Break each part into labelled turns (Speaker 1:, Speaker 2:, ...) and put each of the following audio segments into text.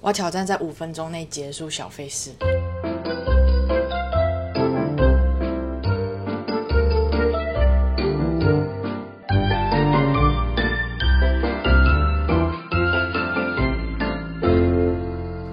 Speaker 1: 我要挑战在五分钟内结束小费事。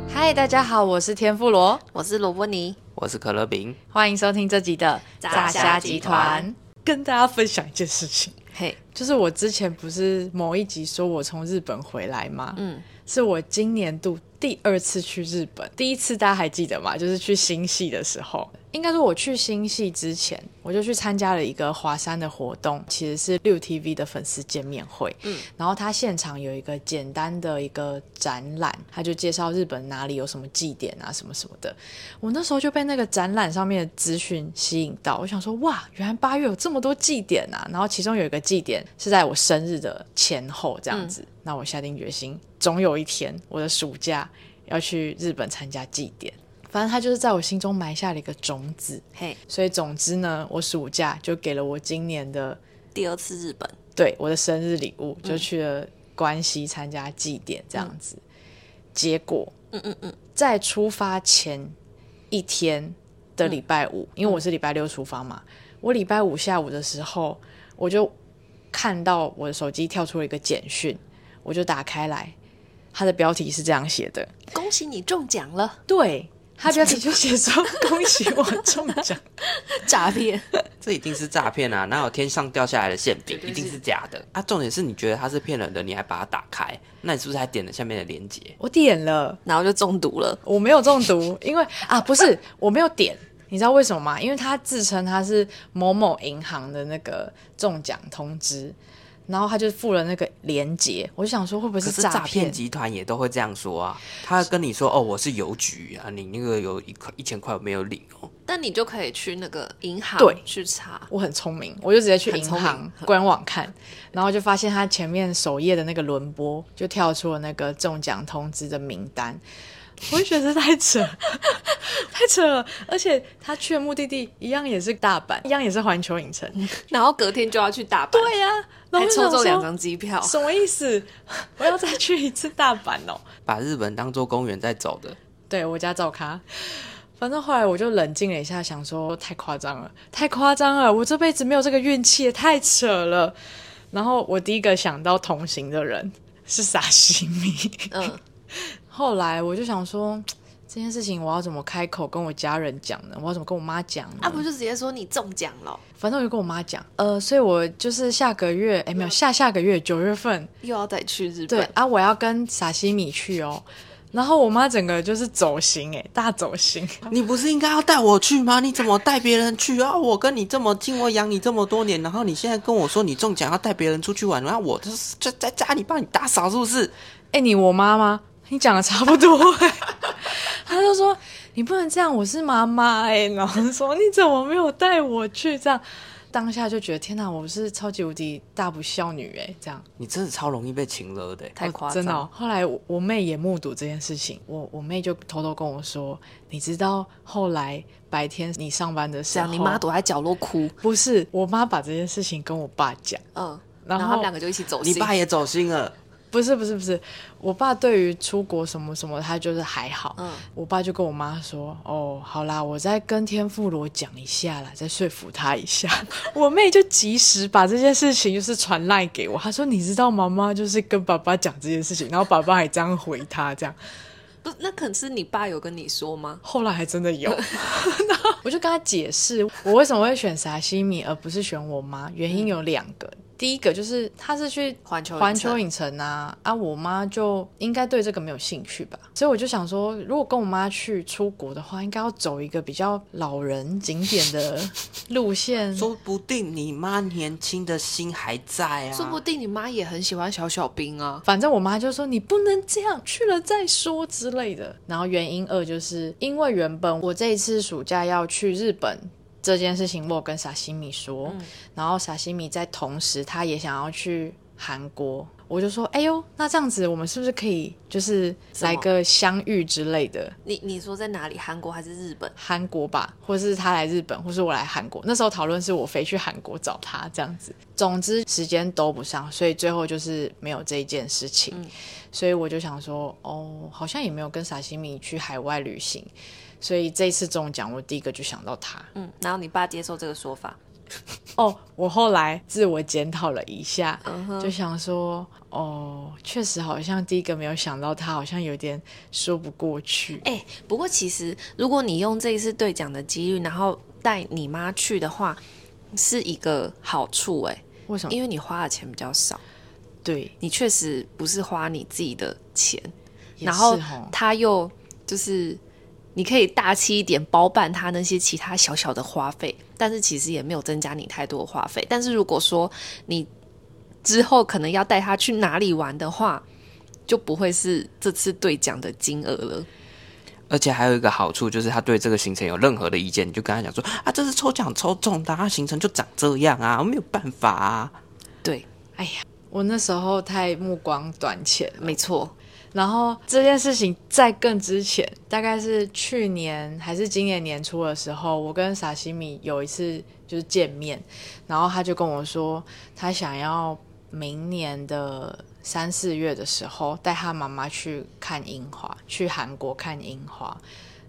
Speaker 1: 嗨，大家好，我是天妇罗，
Speaker 2: 我是罗伯尼，
Speaker 3: 我是可乐饼，
Speaker 1: 欢迎收听这集的
Speaker 2: 炸虾集团。
Speaker 1: 跟大家分享一件事情，
Speaker 2: 嘿、
Speaker 1: 就是我之前不是某一集说我从日本回来吗？
Speaker 2: 嗯，
Speaker 1: 是我今年度第二次去日本，第一次大家还记得吗？就是去新系的时候，应该说我去新系之前，我就去参加了一个华山的活动，其实是六 TV 的粉丝见面会。嗯，然后他现场有一个简单的一个展览，他就介绍日本哪里有什么祭典啊，什么什么的。我那时候就被那个展览上面的资讯吸引到，我想说哇，原来八月有这么多祭典啊！然后其中有一个祭典是在我生日的前后这样子，那我下定决心，总有一天我的暑假要去日本参加祭典。反正他就是在我心中埋下了一个种子，
Speaker 2: 嘿，
Speaker 1: 所以总之呢，我暑假就给了我今年的
Speaker 2: 第二次日本，
Speaker 1: 对我的生日礼物，就去了关西参加祭典这样子。结果，嗯嗯嗯，在出发前一天的礼拜五，因为我是礼拜六出发嘛，我礼拜五下午的时候，我就看到我的手机跳出了一个简讯，我就打开来，它的标题是这样写的，
Speaker 2: 恭喜你中奖了，
Speaker 1: 对。它标题就写说恭喜我中奖，
Speaker 2: 诈骗，
Speaker 3: 这一定是诈骗啊！哪有天上掉下来的馅饼，一定是假的啊！重点是你觉得它是骗人的，你还把它打开，那你是不是还点了下面的链接？
Speaker 1: 我点了，
Speaker 2: 然后就中毒了，
Speaker 1: 我没有中毒，因为啊，不是我没有点，你知道为什么吗？因为他自称他是某某银行的那个中奖通知，然后他就附了那个链接，我就想说会不会
Speaker 3: 可是
Speaker 1: 诈
Speaker 3: 诈骗集团也都会这样说啊，他跟你说哦，我是邮局啊，你那个有一块一千块我没有领哦，
Speaker 2: 但你就可以去那个银行
Speaker 1: 对
Speaker 2: 去查，
Speaker 1: 我很聪明，我就直接去银
Speaker 2: 很聪
Speaker 1: 行
Speaker 2: 明
Speaker 1: 官网看，然后就发现它前面首页的那个轮播就跳出了那个中奖通知的名单，我就觉得太扯， 太扯了，而且他去的目的地一样也是大阪，一样也是环球影城，
Speaker 2: 然后隔天就要去大阪，嗯
Speaker 1: 对呀、然
Speaker 2: 还
Speaker 1: 后就
Speaker 2: 抽
Speaker 1: 想
Speaker 2: 中
Speaker 1: 说
Speaker 2: 两张机票，
Speaker 1: 什么意思？ 我要再去一次大阪哦。
Speaker 3: 把日本当做公园在走的。
Speaker 1: 对我家照咖。反正后来我就冷静了一下，想说太夸张了，太夸张了，我这辈子没有这个运气，也太扯了。然后我第一个想到同行的人 是傻西米。
Speaker 2: 嗯，
Speaker 1: 后来我就想说，这件事情我要怎么开口跟我家人讲呢？我要怎么跟我妈讲呢？
Speaker 2: 啊，不就直接说你中奖了，
Speaker 1: 反正我就跟我妈讲，呃，所以我就是下个月，哎，没有下下个月九月份，
Speaker 2: 又要再去日
Speaker 1: 对
Speaker 2: 本，
Speaker 1: 啊，我要跟傻西米去哦。然后我妈整个就是走心哎、大走心。
Speaker 3: 你不是应该要带我去吗？你怎么带别人去啊？我跟你这么近，我养你这么多年，然后你现在跟我说你中奖要带别人出去玩，然后我就是就在家里帮你打扫，是不是？
Speaker 1: 哎、你我妈吗？你讲的差不 多、欸。她就说你不能这样，我是妈妈哎。 然后说你怎么没有带我去？这样当下就觉得天哪，我是超级无敌大不孝女哎、这样
Speaker 3: 你真的超容易被情勒的欸、
Speaker 2: 太夸张
Speaker 1: 真的哦、后来我我妹也目睹这件事情，我我妹就偷偷跟我说，你知道后来白天你上班的时
Speaker 2: 这
Speaker 1: 候，
Speaker 2: 样你妈躲在角落哭，
Speaker 1: 不是我妈把这件事情跟我爸讲。
Speaker 2: 嗯，
Speaker 1: 然后
Speaker 2: 然后他们两个就一起走
Speaker 3: 你
Speaker 2: 心，
Speaker 3: 爸也走心了。
Speaker 1: 不是不是不是，我爸对于出国什么什么，他就是还好。
Speaker 2: 嗯
Speaker 1: 我爸就跟我妈说：“哦，好啦，我再跟天妇罗讲一下啦，再说服他一下。” 我妹就及时把这件事情就是传赖给我，她说：“你知道妈妈就是跟爸爸讲这件事情，然后爸爸还这样回她，这样。”
Speaker 2: 不，那可是你爸有跟你说吗？
Speaker 1: 后来还真的
Speaker 2: 嗯
Speaker 1: 有， 然后我就跟他解释我为什么会选沙西米而不是选我妈，原
Speaker 2: 嗯
Speaker 1: 因有两个。第一个就是他是去
Speaker 2: 环球影城
Speaker 1: 环球影城啊啊，我妈就应该对这个没有兴趣吧，所以我就想说，如果跟我妈去出国的话，应该要走一个比较老人景点的路 线。
Speaker 3: 说不定你妈年轻的心还在啊，
Speaker 2: 说不定你妈也很喜欢小小兵啊，
Speaker 1: 反正我妈就说你不能这样，去了再说之类的。然后原因二就是因为原本我这一次暑假要去日本这件事情，我有跟沙西米说，然后沙西米在同时他也想要去韩国。我就说，哎呦，那这样子我们是不是可以就是来个相遇之类的？
Speaker 2: 你你说在哪里？韩国还是日本？
Speaker 1: 韩国吧，或是他来日本，或是我来韩国。那时候讨论是我飞去韩国找他这样子，总之时间都不上，所以最后就是没有这一件事情。
Speaker 2: 嗯
Speaker 1: 所以我就想说，哦，好像也没有跟傻西米去海外旅行，所以这一次中奖，我第一个就想到他。
Speaker 2: 嗯，然后你爸接受这个说法，
Speaker 1: 哦，我后来自我检讨了一下
Speaker 2: 嗯
Speaker 1: 就想说，哦，确实好像第一个没有想到他，好像有点说不过去。
Speaker 2: 哎、不过其实如果你用这一次兑奖的几率，然后带你妈去的话，是一个好处哎、
Speaker 1: 为什么？
Speaker 2: 因为你花的钱比较少，
Speaker 1: 对，
Speaker 2: 你确实不是花你自己的钱，
Speaker 1: 也
Speaker 2: 然后
Speaker 1: 是哦吼
Speaker 2: 他又就是你可以大气一点包办他那些其他小小的花费，但是其实也没有增加你太多的花费。但是如果说你之后可能要带他去哪里玩的话，就不会是这次兑奖的金额了。
Speaker 3: 而且还有一个好处就是，他对这个行程有任何的意见，你就跟他讲说啊，这是抽奖抽中的、啊，他行程就长这样啊，没有办法啊。
Speaker 2: 对，
Speaker 1: 哎呀，我那时候太目光短浅了。
Speaker 2: 没错，
Speaker 1: 然后这件事情在更之前，大概是去年还是今年年初的时候，我跟傻西米有一次就是见面，然后他就跟我说，他想要明年的三四月的时候带他妈妈去看樱花，去韩国看樱花，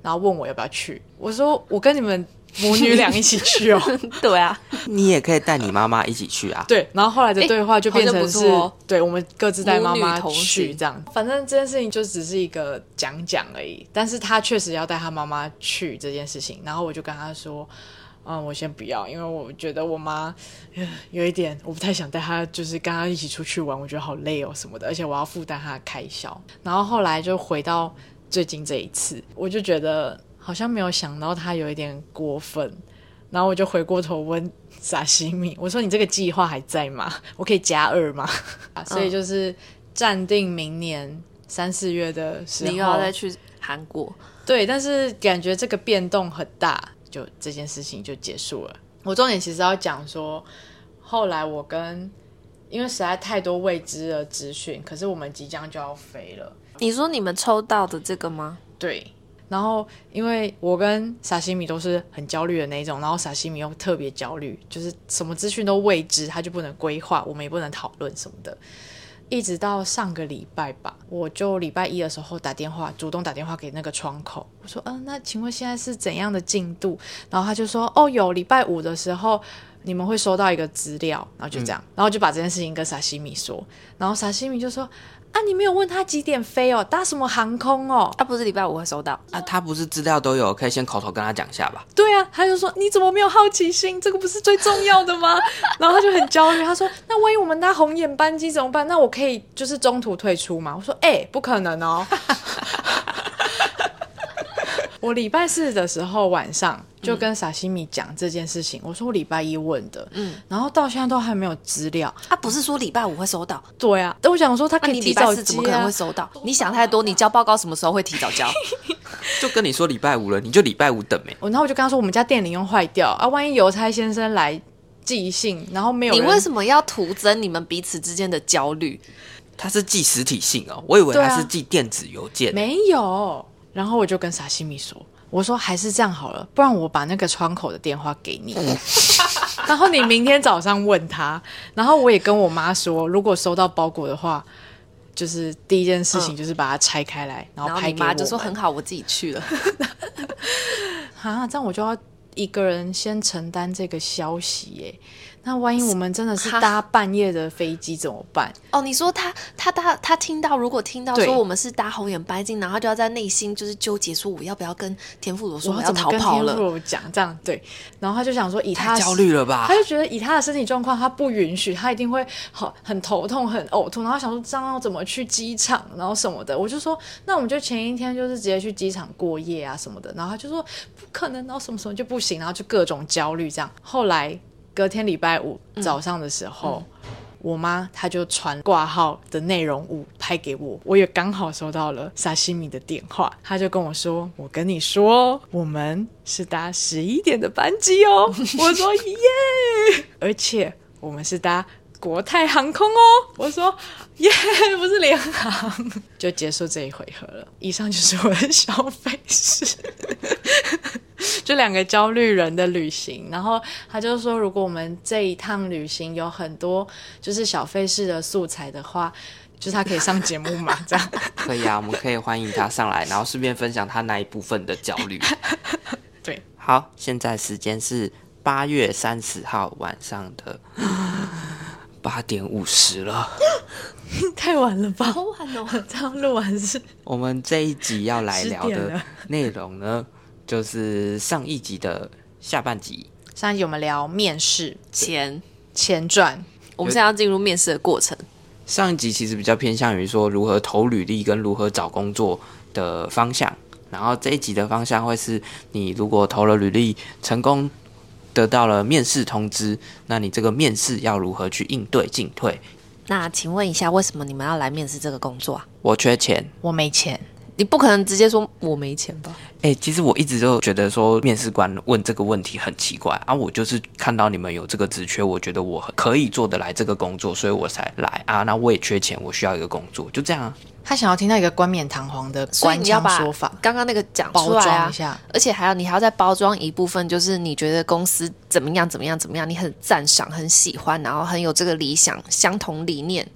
Speaker 1: 然后问我要不要去。我说我跟你们母女俩一起去哦。
Speaker 2: 对啊，
Speaker 3: 你也可以带你妈妈一起去啊。
Speaker 1: 对，然后后来的对话就变
Speaker 2: 好
Speaker 1: 成
Speaker 2: 像
Speaker 1: 是，
Speaker 2: 不错哦
Speaker 1: 对我们各自带妈
Speaker 2: 母
Speaker 1: 妈
Speaker 2: 女同
Speaker 1: 去
Speaker 2: 行
Speaker 1: 这样。反正这件事情就只是一个讲讲而已，但是他确实要带他妈妈去这件事情，然后我就跟他说。嗯，我先不要，因为我觉得我妈呃有一点，我不太想带她，就是跟她一起出去玩，我觉得好累哦什么的，而且我要负担她的开销。然后后来就回到最近这一次，我就觉得好像没有想到她有一点过分，然后我就回过头问傻西米，我说你这个计划还在吗？ 我可以加二吗？ 啊所
Speaker 2: 嗯
Speaker 1: 以就是暂定明年三四月的时
Speaker 2: 你
Speaker 1: 候，
Speaker 2: 又要再去韩国，
Speaker 1: 对，但是感觉这个变动很大，就这件事情就结束了。我重点其实要讲说，后来我跟因为实在太多未知的资讯，可是我们即将就要飞了，
Speaker 2: 你说你们抽到的这个吗？
Speaker 1: 对。然后，因为我跟傻西米都是很焦虑的那一种，然后傻西米又特别焦虑，就是什么资讯都未知，他就不能规划，我们也不能讨论什么的。一直到上个礼拜吧，我就礼拜一的时候打电话，主动打电话给那个窗口，我说：“嗯、那请问现在是怎样的进度？”然后他就说：“哦，有礼拜五的时候你们会收到一个资料。”然后就这样，然后就把这件事情跟傻西米说，然后傻西米就说：“啊，你没有问他几点飞哦，搭什么航空哦？”
Speaker 2: 啊，不是礼拜五会收到，
Speaker 3: 啊，他不是资料都有，可以先口头跟他讲一 下吧。
Speaker 1: 对啊，他就说你怎么没有好奇心？这个不是最重要的吗？ 然后他就很焦虑，他说那万一我们搭红眼班机怎么办？那我可以就是中途退出吗？我说哎、不可能哦。 我礼拜四的时候晚上就跟傻西米讲这件事情，我说我礼拜一问的，嗯，然后到现在都还没有资料。
Speaker 2: 啊，不是说礼拜五会收到，
Speaker 1: 对啊，但我想说他
Speaker 2: 那、
Speaker 1: 可以
Speaker 2: 你
Speaker 1: 提
Speaker 2: 礼拜
Speaker 1: 早
Speaker 2: 四怎
Speaker 1: 接
Speaker 2: 么可能
Speaker 1: 啊
Speaker 2: 会，收到？你想太多，你交报告什么时候会提早交？
Speaker 3: 就跟你说礼拜五了，你就礼拜五等呗、欸
Speaker 1: 我然后我就跟他说我们家电铃用坏掉啊，万一邮差先生来寄信，然后没有
Speaker 2: 你
Speaker 1: 人
Speaker 2: 为什么要徒增你们彼此之间的焦虑？
Speaker 3: 他是寄实体信哦，我以为
Speaker 1: 对啊
Speaker 3: 他是寄电子邮件。欸
Speaker 1: 没有。然后我就跟傻西米说，我说还是这样好了，不然我把那个窗口的电话给你， 然后你明天早上问他。然后我也跟我妈说，如果收到包裹的话，就是第一件事情就是把它拆开来，然
Speaker 2: 嗯然
Speaker 1: 后
Speaker 2: 后
Speaker 1: 拍
Speaker 2: 你
Speaker 1: 给我
Speaker 2: 妈
Speaker 1: 们。
Speaker 2: 就说很好，我自己去了。
Speaker 1: 啊，这样我就要一个人先承担这个消息耶。那万一我们真的是
Speaker 2: 哈
Speaker 1: 搭半夜的飞机怎么办？
Speaker 2: 哦，你说他他他他听到，如果听到
Speaker 1: 对
Speaker 2: 说我们是搭红眼白金，然后就要在内心就是纠结说我要不要跟田富罗说
Speaker 1: 我
Speaker 2: 我
Speaker 1: 要怎
Speaker 2: 要
Speaker 1: 么
Speaker 2: 逃
Speaker 1: 跟
Speaker 2: 跑
Speaker 1: 天妇
Speaker 2: 了？
Speaker 1: 罗讲这样对？然后他就想说，以他
Speaker 3: 太
Speaker 1: 的
Speaker 3: 焦虑了吧
Speaker 1: 他？就觉得以他的身体状况，他不允许，他一定会好很头痛、很呕吐，然后想说这样要怎么去机场，然后什么的。我就说，那我们就前一天就是直接去机场过夜啊什么的。然后他就说不可能，然哦后什么什么就不行，然后就各种焦虑这样。后来隔天礼拜五早上的时候。我妈她就传挂号的内容物拍给我，我也刚好收到了沙西米的电话，她就跟我说：“我跟你说，我们是搭十一点的班机哦。”我说：“耶！”而且我们是搭国泰航空哦。我说耶，不是联航，就结束这一回合了。以上就是我的消费史。就两个焦虑人的旅行，然后他就说，如果我们这一趟旅行有很多就是小费式的素材的话，就是他可以上节目 嘛，这样。
Speaker 3: 可以啊，我们可以欢迎他上来，然后顺便分享他那一部分的焦虑。
Speaker 1: 对，
Speaker 3: 好，现在时间是八月三十号晚上的八点五十了。
Speaker 1: 太晚了吧？
Speaker 2: 好晚哦，
Speaker 1: 这样录完是
Speaker 3: 我们这一集要来聊
Speaker 1: 10点
Speaker 3: 的
Speaker 1: 了
Speaker 3: 内容呢，就是上一集的下半集。
Speaker 1: 上一集我们聊面试
Speaker 2: 钱。
Speaker 1: 前传，
Speaker 2: 我们现在要进入面试的过程，
Speaker 3: 上一集其实比较偏向于说如何投履历跟如何找工作的方向，然后这一集的方向会是你如果投了履历成功得到了面试通知，那你这个面试要如何去应对进退？
Speaker 2: 那请问一下，为什么你们要来面试这个工作啊？
Speaker 3: 我缺钱，
Speaker 1: 我没钱，
Speaker 2: 你不可能直接说我没钱吧？
Speaker 3: 哎、其实我一直都觉得说面试官问这个问题很奇怪啊，我就是看到你们有这个职缺，我觉得我很可以做得来这个工作，所以我才来啊。那我也缺钱，我需要一个工作，就这样啊。
Speaker 1: 他想要听到一个冠冕堂皇的
Speaker 2: 所以
Speaker 1: 官
Speaker 2: 你要
Speaker 1: 腔
Speaker 2: 把
Speaker 1: 说法，
Speaker 2: 刚刚那个讲
Speaker 1: 包
Speaker 2: 出来
Speaker 1: 装
Speaker 2: 啊
Speaker 1: 一，下。
Speaker 2: 而且还有你还要再包装一部分，就是你觉得公司怎么样怎么样怎么样，你很赞赏、很喜欢，然后很有这个理想、相同理念。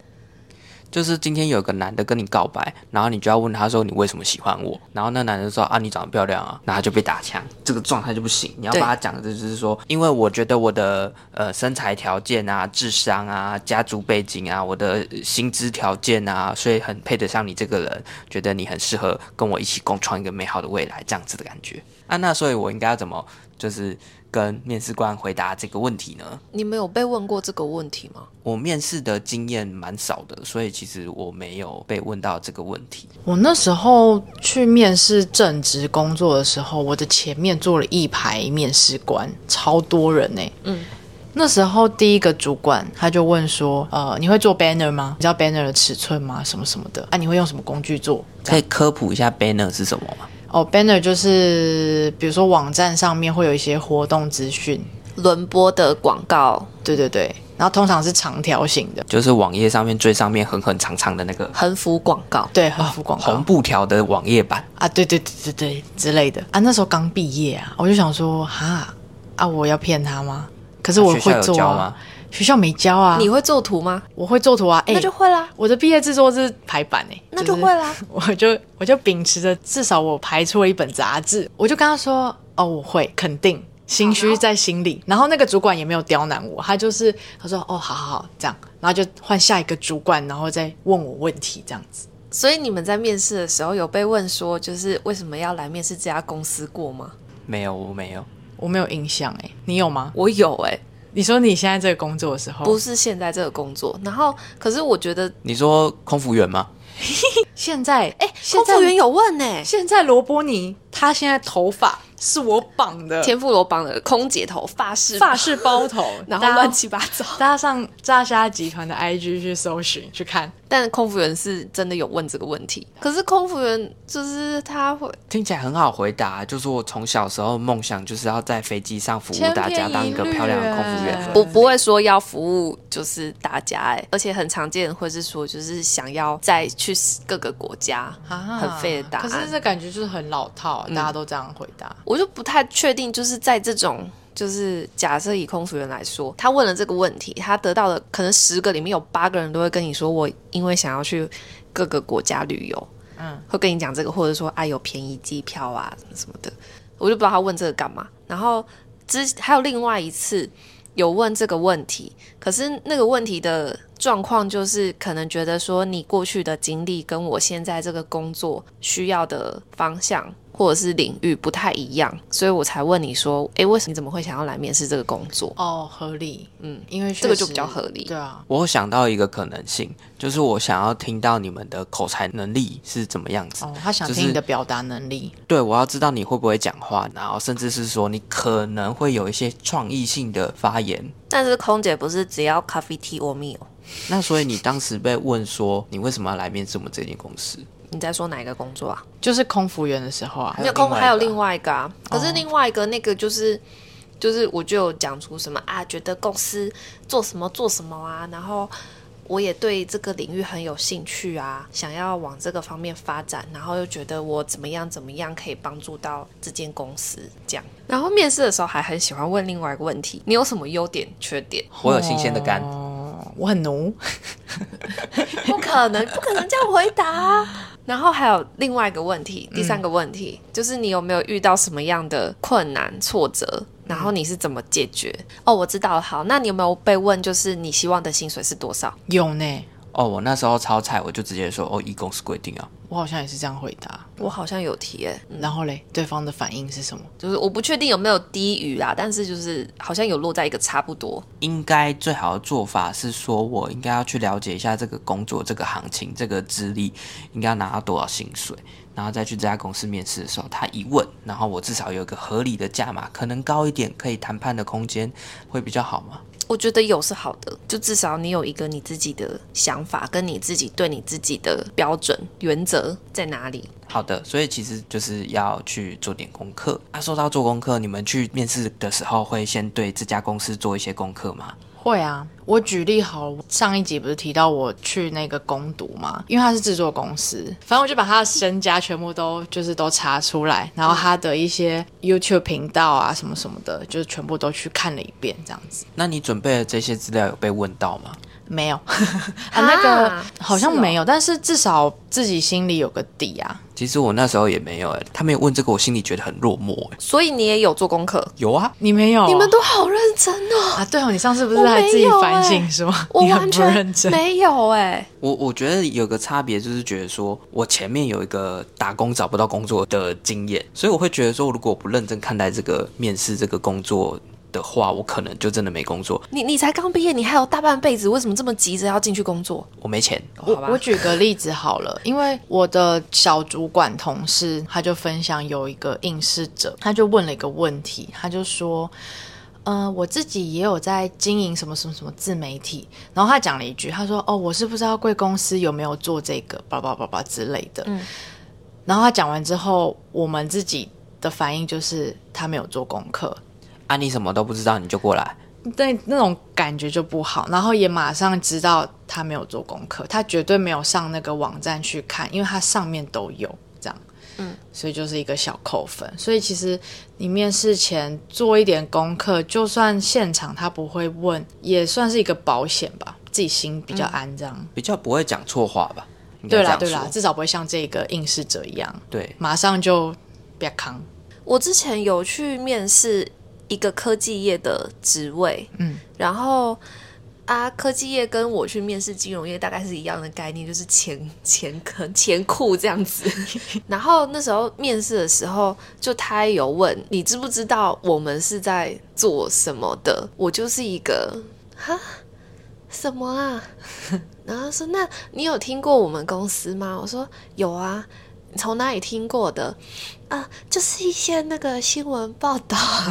Speaker 3: 就是今天有个男的跟你告白，然后你就要问他说你为什么喜欢我，然后那男的说啊你长得漂亮啊，然后他就被打枪，这个状态就不行。你要把
Speaker 2: 对
Speaker 3: 他讲的就是说，因为我觉得我的呃身材条件啊、智商啊、家族背景啊、我的呃薪资条件啊，所以很配得上你这个人，觉得你很适合跟我一起共创一个美好的未来，这样子的感觉。啊，那所以我应该要怎么就是跟面试官回答这个问题呢？
Speaker 2: 你们有被问过这个问题吗？
Speaker 3: 我面试的经验蛮少的，所以其实我没有被问到这个问题。
Speaker 1: 我那时候去面试正职工作的时候，我的前面坐了一排面试官，超多人呢、嗯，那时候第一个主管他就问说：“呃，你会做 banner 吗？你知道 banner 的尺寸吗？什么什么的？啊，你会用什么工具做？”
Speaker 3: 可以科普一下 banner 是什么吗？
Speaker 1: 哦，banner 就是比如说网站上面会有一些活动资讯，
Speaker 2: 轮播的广告
Speaker 1: 对对对，然后通常是长条形的，
Speaker 3: 就是网页上面最上面横横长长的那
Speaker 1: 啊
Speaker 3: 个
Speaker 2: 横幅广告，
Speaker 1: 对，横幅广告、
Speaker 3: 红布条的网页版。
Speaker 1: 啊，对对对对对之类的啊。那时候刚毕业啊，我就想说，哈啊，我要骗他吗？可是我
Speaker 3: 学校
Speaker 1: 会
Speaker 3: 有
Speaker 1: 做
Speaker 3: 教
Speaker 1: 啊
Speaker 3: 吗，？
Speaker 1: 学校没教啊，
Speaker 2: 你会作图吗？
Speaker 1: 我会做图啊，哎、
Speaker 2: 那就会啦，
Speaker 1: 我的毕业制作是排版哎、
Speaker 2: 那就会啦。
Speaker 1: 我就我就秉持着至少我排出了一本杂志，我就跟他说哦，我会，肯定。心虚在心里，然后那个主管也没有刁难我，他就是他说哦，好好好，这样，然后就换下一个主管，然后再问我问题，这样子。
Speaker 2: 所以你们在面试的时候有被问说，就是为什么要来面试这家公司过吗？
Speaker 3: 没有，我没有。
Speaker 1: 我没有印象哎、你有吗？
Speaker 2: 我有哎、
Speaker 1: 你说你现在这个工作的时候，
Speaker 2: 不是现在这个工作。然后，可是我觉得，
Speaker 3: 你说空服员吗？
Speaker 1: 现在
Speaker 2: 哎、
Speaker 1: 现
Speaker 2: 空
Speaker 1: 在
Speaker 2: 服员有问呢、
Speaker 1: 现在罗伯尼他现在头发是我绑的，
Speaker 2: 天妇罗绑的空姐头发饰
Speaker 1: 发饰包头
Speaker 2: ，然后
Speaker 1: 大家
Speaker 2: 乱七八糟。
Speaker 1: 大家上炸虾集团的 IG 去搜寻去看，
Speaker 2: 但空服员是真的有问这个问题，可是空服员就是他会
Speaker 3: 听起来很好回答，啊就是我从小时候梦想就是要在飞机上服务大
Speaker 1: 千篇
Speaker 3: 家，
Speaker 1: 一律
Speaker 3: 当一个漂亮的空服
Speaker 1: 哎
Speaker 3: 员。
Speaker 2: 不不会说要服务就是大家哎、而且很常见会是说就是想要再去各个国家，
Speaker 1: 啊
Speaker 2: 很废的答案嗯
Speaker 1: 可是这感觉就是很老套，大家都这样回答。
Speaker 2: 我就不太确定，就是在这种。就是假设以空服员来说，他问了这个问题，他得到的可能十个里面有八个人都会跟你说，我因为想要去各个国家旅游，
Speaker 1: 嗯，
Speaker 2: 会跟你讲这个，或者说啊有便宜机票啊什么什么的，我就不知道他问这个干嘛。然后之还有另外一次有问这个问题，可是那个问题的状况就是可能觉得说你过去的经历跟我现在这个工作需要的方向。或者是领域不太一样，所以我才问你说，诶，为什么你怎么会想要来面试这个工作？
Speaker 1: 哦，合理，嗯，因为确实
Speaker 2: 这个就比较合理
Speaker 1: 对啊，
Speaker 3: 我想到一个可能性，就是我想要听到你们的口才能力是怎么样子。
Speaker 1: 哦，他想
Speaker 3: 就是
Speaker 1: 听你的表达能力，
Speaker 3: 对，我要知道你会不会讲话，然后甚至是说你可能会有一些创意性的发言。
Speaker 2: 但是空姐不是只要咖啡 tea or meal？
Speaker 3: 那所以你当时被问说你为什么要来面试我们这间公司？
Speaker 2: 你在说哪一个工作啊？
Speaker 1: 就是空服员的时候啊
Speaker 3: 还，
Speaker 2: 没
Speaker 3: 有
Speaker 2: 有空
Speaker 3: 另外一个哦
Speaker 2: 还有另外一个啊，可是另外一个那个就是。就是我就有讲出什么啊，觉得公司做什么做什么啊，然后我也对这个领域很有兴趣啊，想要往这个方面发展，然后又觉得我怎么样怎么样可以帮助到这间公司这样。然后面试的时候还很喜欢问另外一个问题，你有什么优点、缺点？
Speaker 3: 我有新鲜的肝，
Speaker 1: 哦，我很奴，
Speaker 2: 不可能，不可能这样回答啊、然后还有另外一个问题，第三个问题、就是你有没有遇到什么样的困难、挫折？然后你是怎么解决？哦，我知道了。好，那你有没有被问，就是你希望的薪水是多少？
Speaker 1: 有呢，
Speaker 3: 哦，我那时候超菜，我就直接说哦，依公司规定啊。
Speaker 1: 我好像也是这样回答。
Speaker 2: 我好像有提诶、
Speaker 1: 然后嘞，对方的反应是什么？
Speaker 2: 就是我不确定有没有低于啦，但是就是好像有落在一个差不多。
Speaker 3: 应该最好的做法是说，我应该要去了解一下这个工作、这个行情、这个资历，应该要拿到多少薪水，然后再去这家公司面试的时候，他一问，然后我至少有一个合理的价码，可能高一点，可以谈判的空间会比较好吗？
Speaker 2: 我觉得有是好的，就至少你有一个你自己的想法，跟你自己对你自己的标准原则在哪里。
Speaker 3: 好的，所以其实就是要去做点功课。啊，说到做功课，你们去面试的时候会先对这家公司做一些功课吗？
Speaker 1: 会啊，我举例好了，上一集不是提到我去那个攻读嘛，因为它是制作公司，反正我就把他的身家全部都就是都查出来，然后他的一些 YouTube 频道啊什么什么的，就是全部都去看了一遍，这样子
Speaker 3: 那你准备的这些资料有被问到吗？
Speaker 1: 没有 啊，那个
Speaker 2: 啊
Speaker 1: 好像
Speaker 2: 是哦
Speaker 1: 没有，但是至少自己心里有个底啊。
Speaker 3: 其实我那时候也没有哎、他没有问这个，我心里觉得很落寞哎、
Speaker 2: 所以你也有做功课，
Speaker 3: 有啊，
Speaker 1: 你没有哦、
Speaker 2: 你们都好认真哦，
Speaker 1: 啊？对哦，你上次不是
Speaker 2: 我
Speaker 1: 还自己
Speaker 2: 没有
Speaker 1: 反
Speaker 2: 欸
Speaker 1: 省说、
Speaker 2: 我
Speaker 1: 你
Speaker 2: 完
Speaker 1: 很不认
Speaker 2: 全
Speaker 1: 真？
Speaker 2: 没有哎、
Speaker 3: 我我觉得有个差别就是觉得说，我前面有一个打工找不到工作的经验，所以我会觉得说，如果我不认真看待这个面试这个工作的话，我可能就真的没工作，
Speaker 2: 你你才刚毕业，你还有大半辈子，为什么这么急着要进去工作？
Speaker 3: 我没钱。
Speaker 2: 哦
Speaker 1: 我
Speaker 2: 好吧
Speaker 1: 我，举个例子好了，因为我的小主管同事他就分享有一个应试者，他就问了一个问题，他就说。呃，我自己也有在经营什么什么什么自媒体，然后他讲了一句，他说：“哦，我是不知道贵公司有没有做这个，叭叭叭叭之类的。”
Speaker 2: 嗯
Speaker 1: 然后他讲完之后，我们自己的反应就是他没有做功课，
Speaker 3: 啊，你什么都不知道你就过来，
Speaker 1: 那那种感觉就不好，然后也马上知道他没有做功课，他绝对没有上那个网站去看，因为他上面都有这样，
Speaker 2: 嗯，
Speaker 1: 所以就是一个小扣分。所以其实你面试前做一点功课，就算现场他不会问，也算是一个保险吧，自己心比较安这样。
Speaker 3: 比较不会讲错话吧？应该
Speaker 1: 对
Speaker 3: 这
Speaker 1: 啦
Speaker 3: 样
Speaker 1: 对啦
Speaker 3: 说，
Speaker 1: 至少不会像这个应试者一样，
Speaker 3: 对，
Speaker 1: 马上就别扛。
Speaker 2: 我之前有去面试一个科技业的职位，
Speaker 1: 嗯，
Speaker 2: 然后啊，科技业跟我去面试金融业大概是一样的概念，就是钱钱坑钱库这样子。然后那时候面试的时候，就他有问你知不知道我们是在做什么的，我就是一个哈什么啊， 然后他说那你有听过我们公司吗？我说有啊。你从哪里听过的？啊，就是一些那个新闻报道啊，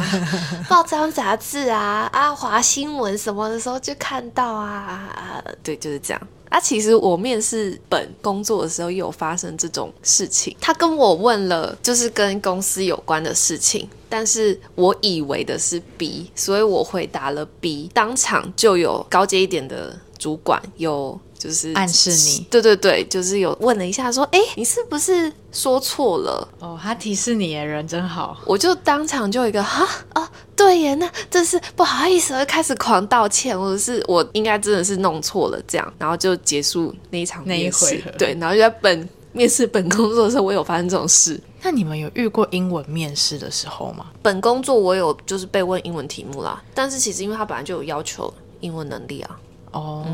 Speaker 2: 报章杂志啊，啊华新闻什么的时候就看到啊啊，啊对，就是这样。啊，其实我面试本工作的时候也有发生这种事情，他跟我问了就是跟公司有关的事情，但是我以为的是 B，所以我回答了 B，当场就有高阶一点的主管有就是
Speaker 1: 暗示你
Speaker 2: 对对对，就是有问了一下说，哎，你是不是说错了？
Speaker 1: 哦，他提示你耶，人真好。
Speaker 2: 我就当场就有一个哈哦，对耶，那真是不好意思，我就开始狂道歉，我是我应该真的是弄错了这样，然后就结束那一场
Speaker 1: 那一
Speaker 2: 面试
Speaker 1: 回合，
Speaker 2: 对，然后就在本面试本工作的时候，我有发生这种事。
Speaker 1: 那你们有遇过英文面试的时候吗？
Speaker 2: 本工作我有就是被问英文题目啦，但是其实因为他本来就有要求英文能力啊，
Speaker 1: 哦。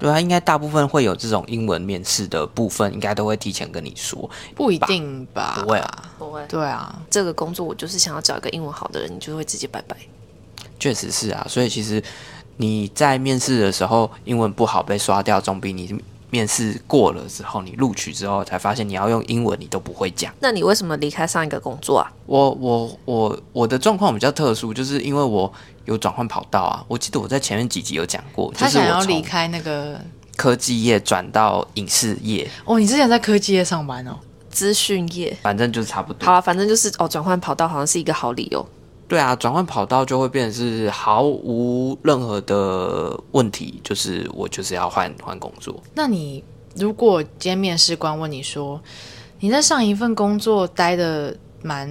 Speaker 3: 对啊，应该大部分会有这种英文面试的部分，应该都会提前跟你说。
Speaker 1: 不一定吧？
Speaker 3: 不会啊，
Speaker 2: 不会。
Speaker 1: 对啊，
Speaker 2: 这个工作我就是想要找一个英文好的人，你就会直接拜拜。
Speaker 3: 确实是啊，所以其实你在面试的时候英文不好被刷掉，总比你面试过了之后，你录取之后才发现你要用英文你都不会讲。
Speaker 2: 那你为什么离开上一个工作啊？
Speaker 3: 我我我我的状况比较特殊，就是因为我有转换跑道啊。我记得我在前面几集有讲过，就
Speaker 1: 他
Speaker 3: 是
Speaker 1: 想
Speaker 3: 我
Speaker 1: 要离
Speaker 3: 从
Speaker 1: 开那个
Speaker 3: 科技业转到影视业，
Speaker 1: 哦，你之前在科技业上班哦，
Speaker 2: 资讯业。啊
Speaker 3: 反正就是差不多
Speaker 2: 好。了，反正就是哦，转换跑道好像是一个好理由。
Speaker 3: 对啊，转换跑道就会变成是毫无任何的问题，就是我就是要换换工作。
Speaker 1: 那你如果今天面试官问你说，你在上一份工作待的蛮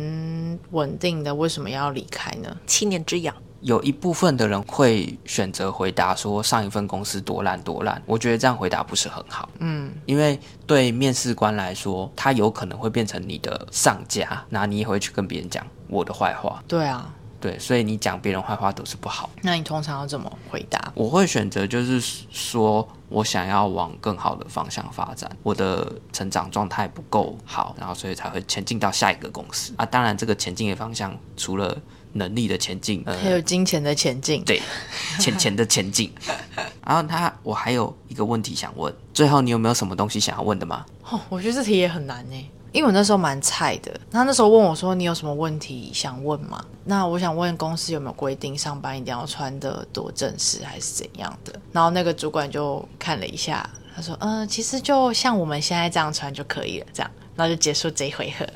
Speaker 1: 稳定的，为什么要离开呢？
Speaker 2: 七年之痒。
Speaker 3: 有一部分的人会选择回答说上一份公司多烂多烂，我觉得这样回答不是很好。嗯，因为对面试官来说，他有可能会变成你的上家，那你也会去跟别人讲我的坏话。
Speaker 1: 对啊，
Speaker 3: 对，所以你讲别人坏话都是不好。
Speaker 1: 那你通常要怎么回答？
Speaker 3: 我会选择就是说我想要往更好的方向发展，我的成长状态不够好，然后所以才会前进到下一个公司啊。当然，这个前进的方向除了能力的前进，
Speaker 1: 还有金钱的前进，
Speaker 3: 对，浅浅的 前进。然后他，我还有一个问题想问，最后你有没有什么东西想要问的吗？
Speaker 1: 哦，我觉得这题也很难呢，因为我那时候蛮菜的。他那时候问我说：“你有什么问题想问吗？”那我想问公司有没有规定上班一定要穿的多正式，还是怎样的？然后那个主管就看了一下，他说：“嗯、其实就像我们现在这样穿就可以了。”这样，然后就结束这一回合。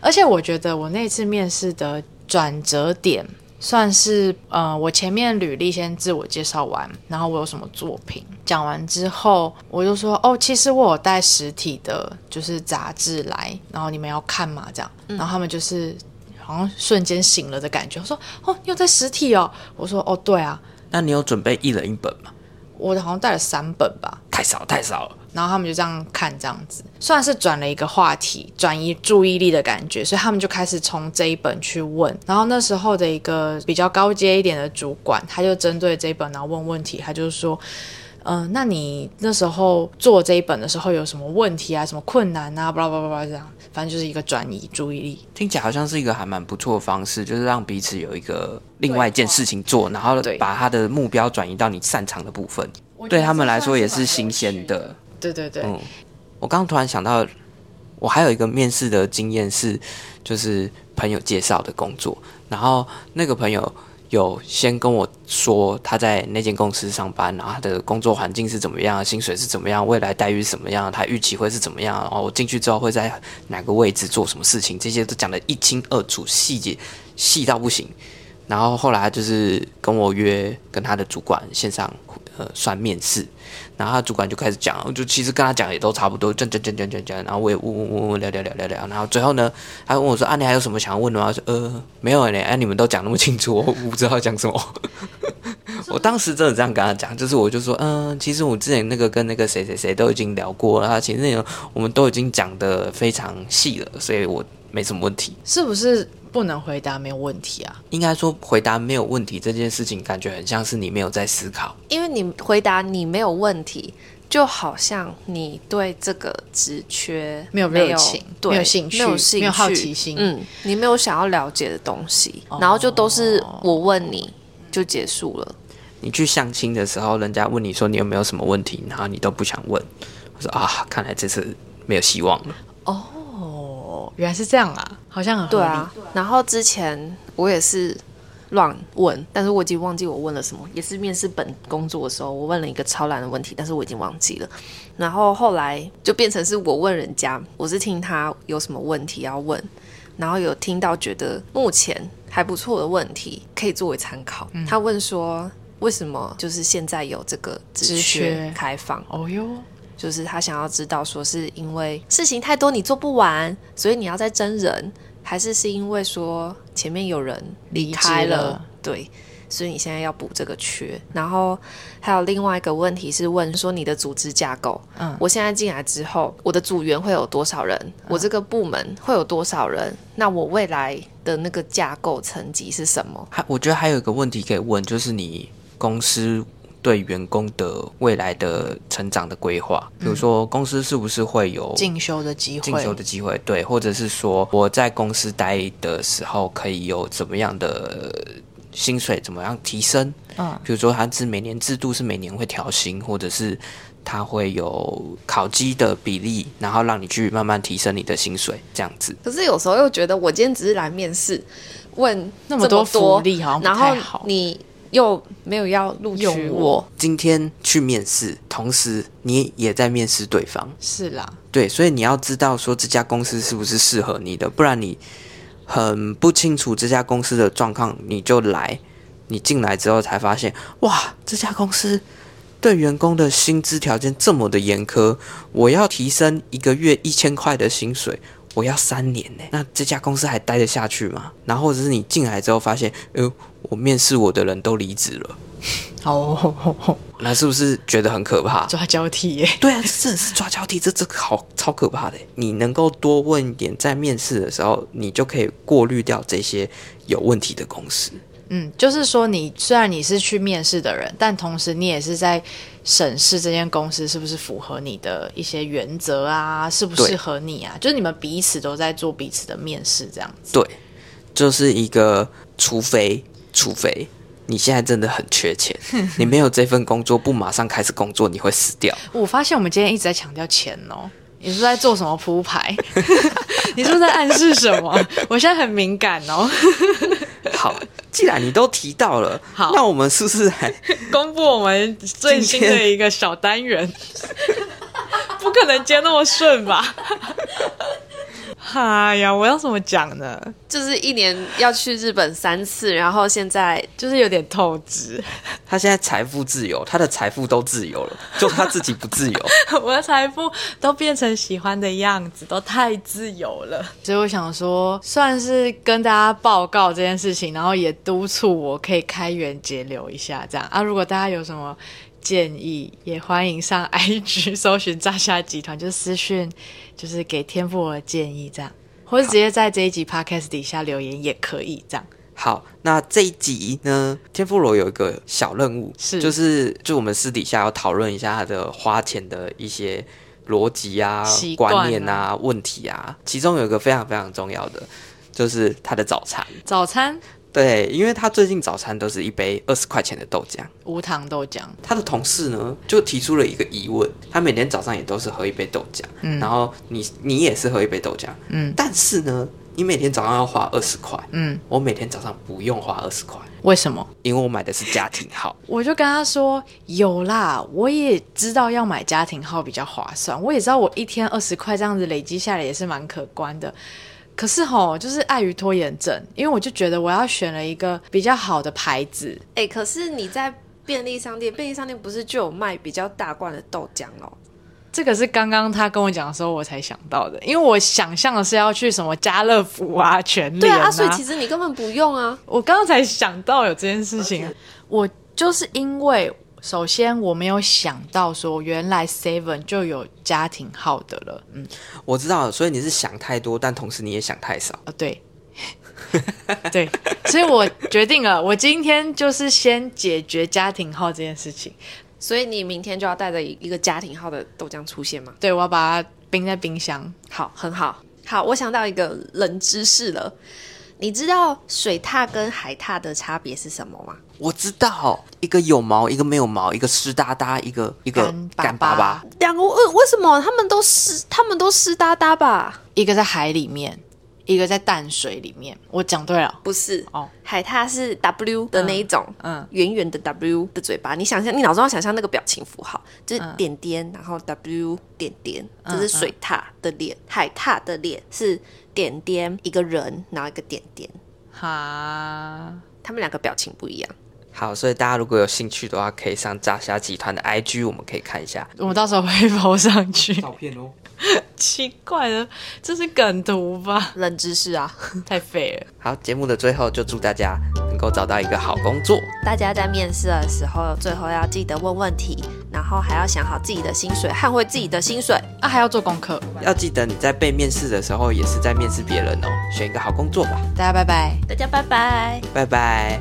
Speaker 1: 而且我觉得我那次面试的转折点，算是呃，我前面履历先自我介绍完，然后我有什么作品讲完之后，我就说哦，其实我有带实体的，就是杂志来，然后你们要看嘛，这样，然后他们就是好像瞬间醒了的感觉，我说哦，你有带实体哦，我说哦，对啊，
Speaker 3: 那你有准备一人一本吗？
Speaker 1: 我好像带了三本吧，
Speaker 3: 太少太少了。
Speaker 1: 然后他们就这样看，这样子算是转了一个话题，转移注意力的感觉，所以他们就开始从这一本去问。然后那时候的一个比较高阶一点的主管，他就针对这一本然后问问题，他就说。嗯、那你那时候做这一本的时候有什么问题啊？什么困难啊？巴拉巴拉巴拉这样，反正就是一个转移注意力。
Speaker 3: 听起来好像是一个还蛮不错的方式，就是让彼此有一个另外一件事情做，然后
Speaker 1: 对
Speaker 3: 把他的目标转移到你擅长的部分，对他们来说也是新鲜的。
Speaker 1: 对对对，
Speaker 3: 嗯我刚刚突然想到，我还有一个面试的经验是，就是朋友介绍的工作，然后那个朋友有先跟我说他在那间公司上班，然后他的工作环境是怎么样，薪水是怎么样，未来待遇是怎么样，他预期会是怎么样，然后我进去之后会在哪个位置做什么事情，这些都讲得一清二楚，细节细到不行。然后后来他就是跟我约跟他的主管线上呃算面试，然后他主管就开始讲，我就其实跟他讲也都差不多，讲讲讲讲讲讲，然后我也问问问问聊聊聊聊聊，然后最后呢，他问我说啊你还有什么想要问的吗？我说呃没有嘞，哎、你们都讲那么清楚，我不知道讲什么。我当时真的这样跟他讲，就是我就说嗯，其实我之前那个跟那个谁谁谁都已经聊过了，啊其实那个我们都已经讲的非常细了，所以我没什么问题。
Speaker 1: 是不是不能回答没有问题啊？
Speaker 3: 应该说回答没有问题这件事情，感觉很像是你没有在思考。
Speaker 2: 因为你回答你没有问题，就好像你对这个职缺
Speaker 1: 没有热情
Speaker 2: 对，
Speaker 1: 没有兴趣
Speaker 2: 没有兴趣
Speaker 1: 没有好奇心
Speaker 2: 嗯，你没有想要了解的东西，然后就都是
Speaker 1: 哦
Speaker 2: 我问你就结束了。
Speaker 3: 你去相亲的时候，人家问你说你有没有什么问题，然后你都不想问。我说啊，看来这次没有希望了。
Speaker 1: 哦，原来是这样啊，好像很合
Speaker 2: 对
Speaker 1: 理。
Speaker 2: 啊，然后之前我也是乱问，但是我已经忘记我问了什么，也是面试本工作的时候，我问了一个超难的问题，但是我已经忘记了。然后后来就变成是我问人家，我是听他有什么问题要问，然后有听到觉得目前还不错的问题可以作为参考。他问说。为什么就是现在有这个职
Speaker 1: 职
Speaker 2: 缺
Speaker 1: 缺
Speaker 2: 开放？
Speaker 1: 哦哟，
Speaker 2: 就是他想要知道，说是因为事情太多你做不完，所以你要再真人，还是是因为说前面有人离开
Speaker 1: 离职
Speaker 2: 了，
Speaker 1: 了
Speaker 2: 对，所以你现在要补这个缺。然后还有另外一个问题是问说你的组织架构，
Speaker 1: 嗯
Speaker 2: 我现在进来之后，我的组员会有多少人？我这个部门会有多少人？那我未来的那个架构层级是什么？
Speaker 3: 还我觉得还有一个问题可以问，就是你公司对员工的未来的成长的规划，比如说公司是不是会有
Speaker 1: 进修的机会，
Speaker 3: 进修的机会，对，或者是说我在公司待的时候可以有怎么样的薪水，怎么样提升？
Speaker 1: 嗯，
Speaker 3: 比如说它是每年制度是每年会调薪，或者是它会有考绩的比例，然后让你去慢慢提升你的薪水，这样子。
Speaker 2: 可是有时候又觉得，我今天只是来面试，问
Speaker 1: 那
Speaker 2: 么
Speaker 1: 么多福利好像不
Speaker 2: 然
Speaker 1: 太
Speaker 2: 后
Speaker 1: 好
Speaker 2: 你又没有要录取
Speaker 1: 用
Speaker 2: 我
Speaker 1: 我，
Speaker 3: 今天去面试，同时你也在面试对方，
Speaker 1: 是啦，
Speaker 3: 对，所以你要知道说这家公司是不是适合你的，不然你很不清楚这家公司的状况，你就来，你进来之后才发现，哇，这家公司对员工的薪资条件这么的严苛，我要提升一个月一千块的薪水。我要三年呢、那这家公司还待得下去吗？然后或者是你进来之后发现，呃，我面试我的人都离职了，
Speaker 1: 哦，
Speaker 3: 那是不是觉得很可 怕？
Speaker 1: 抓交替耶，
Speaker 3: 对啊，这真的是抓交替，这这个好超可怕的。你能够多问一点，在面试的时候，你就可以过滤掉这些有问题的公司。
Speaker 1: 嗯，就是说你虽然你是去面试的人，但同时你也是在审视这间公司是不是符合你的一些原则啊，适不
Speaker 3: 对
Speaker 1: 适合你啊，就是你们彼此都在做彼此的面试这样子。
Speaker 3: 对，就是一个，除非除非你现在真的很缺钱，你没有这份工作，不马上开始工作，你会死掉。
Speaker 1: 我发现我们今天一直在强调钱哦。你是不是在做什么铺排？ 你是不是在暗示什么？ 我现在很敏感哦，
Speaker 3: 好，既然你都提到了，
Speaker 1: 好
Speaker 3: 那我们是不是来
Speaker 1: 公布我们最新
Speaker 3: 今
Speaker 1: 的
Speaker 3: 天
Speaker 1: 一个小单元。不可能接那么顺吧？哎呀，我要怎么讲呢？
Speaker 2: 就是一年要去日本三次，然后现在
Speaker 1: 就是有点透支。
Speaker 3: 他现在财富自由，他的财富都自由了，就他自己不自由。
Speaker 1: 我的财富都变成喜欢的样子，都太自由了。所以我想说，算是跟大家报告这件事情，然后也督促我可以开源节流一下，这样啊。如果大家有什么建议，也欢迎上 IG 搜寻诈虾集团，就是私讯，就是给天赋我的建议这样。或者直接在这一集 podcast 底下留言也可以，这样
Speaker 3: 好，那这一集呢，天妇罗有一个小任务，
Speaker 1: 是
Speaker 3: 就是就我们私底下要讨论一下他的花钱的一些逻辑啊、
Speaker 1: 习惯啊
Speaker 3: 观念啊、问题啊。其中有一个非常非常重要的，就是他的早餐。
Speaker 1: 早餐
Speaker 3: 对，因为他最近早餐都是一杯二十块钱的豆浆。
Speaker 1: 无糖豆浆，
Speaker 3: 他的同事呢，就提出了一个疑问：他每天早上也都是喝一杯豆浆，然后你你也是喝一杯豆浆，
Speaker 1: 嗯
Speaker 3: 但是呢，你每天早上要花二十块，
Speaker 1: 嗯，
Speaker 3: 我每天早上不用花二十块。
Speaker 1: 为什么？
Speaker 3: 因为我买的是家庭号，
Speaker 1: 我就跟他说有啦，我也知道要买家庭号比较划算，我也知道我一天二十块这样子累积下来也是蛮可观的。可是吼，就是碍于拖延症，因为我就觉得我要选了一个比较好的牌子，
Speaker 2: 哎、可是你在便利商店，便利商店不是就有卖比较大罐的豆浆哦？
Speaker 1: 这个是刚刚他跟我讲的时候我才想到的，因为我想象的是要去什么家乐福啊、全联
Speaker 2: 对
Speaker 1: 啊
Speaker 2: 啊，啊所以其实你根本不用啊。
Speaker 1: 我刚刚才想到有这件事情，我就是因为首先我没有想到说原来 Seven 就有家庭号的了，嗯。
Speaker 3: 我知道了，所以你是想太多，但同时你也想太少。
Speaker 1: 哦，对， 对，所以我决定了，我今天就是先解决家庭号这件事情。
Speaker 2: 所以你明天就要带着一个家庭号的豆浆出现吗？
Speaker 1: 对，我要把它冰在冰箱。
Speaker 2: 好，很好，好，我想到一个冷知识了。你知道水獭跟海獭的差别是什么吗？
Speaker 3: 我知道，一个有毛，一个没有毛，一个湿哒哒，一个一个
Speaker 1: 干巴
Speaker 3: 干巴巴
Speaker 1: 巴。
Speaker 2: 两个呃，为什么他们都湿？他们都湿哒哒吧？
Speaker 1: 一个在海里面，一个在淡水里面。我讲对了，
Speaker 2: 不是
Speaker 1: 哦
Speaker 2: 海獭是 W 的那一种，
Speaker 1: 嗯
Speaker 2: 圆圆的 W 的嘴巴。你想象，你脑中要想象那个表情符号，就是点点，然后 W 点点，这是水獭的脸。海獭的脸是点点一个人，然后一个点点，
Speaker 1: 哈，
Speaker 2: 他们两个表情不一样。
Speaker 3: 好，所以大家如果有兴趣的话，可以上炸虾集团的 IG，我们可以看一下
Speaker 1: 我们到时候会 抛上去。
Speaker 3: 片哦。
Speaker 1: 奇怪了，这是梗图吧？
Speaker 2: 冷知识啊，
Speaker 1: 太废了。
Speaker 3: 好，节目的最后就祝大家能够找到一个好工作。
Speaker 2: 大家在面试的时候，最后要记得问问题，然后还要想好自己的薪水，捍卫自己的薪水。
Speaker 1: 啊，还要做功课，
Speaker 3: 要记得你在被面试的时候，也是在面试别人哦。选一个好工作吧，
Speaker 1: 大家拜拜。
Speaker 2: 大家拜拜。
Speaker 3: 拜拜。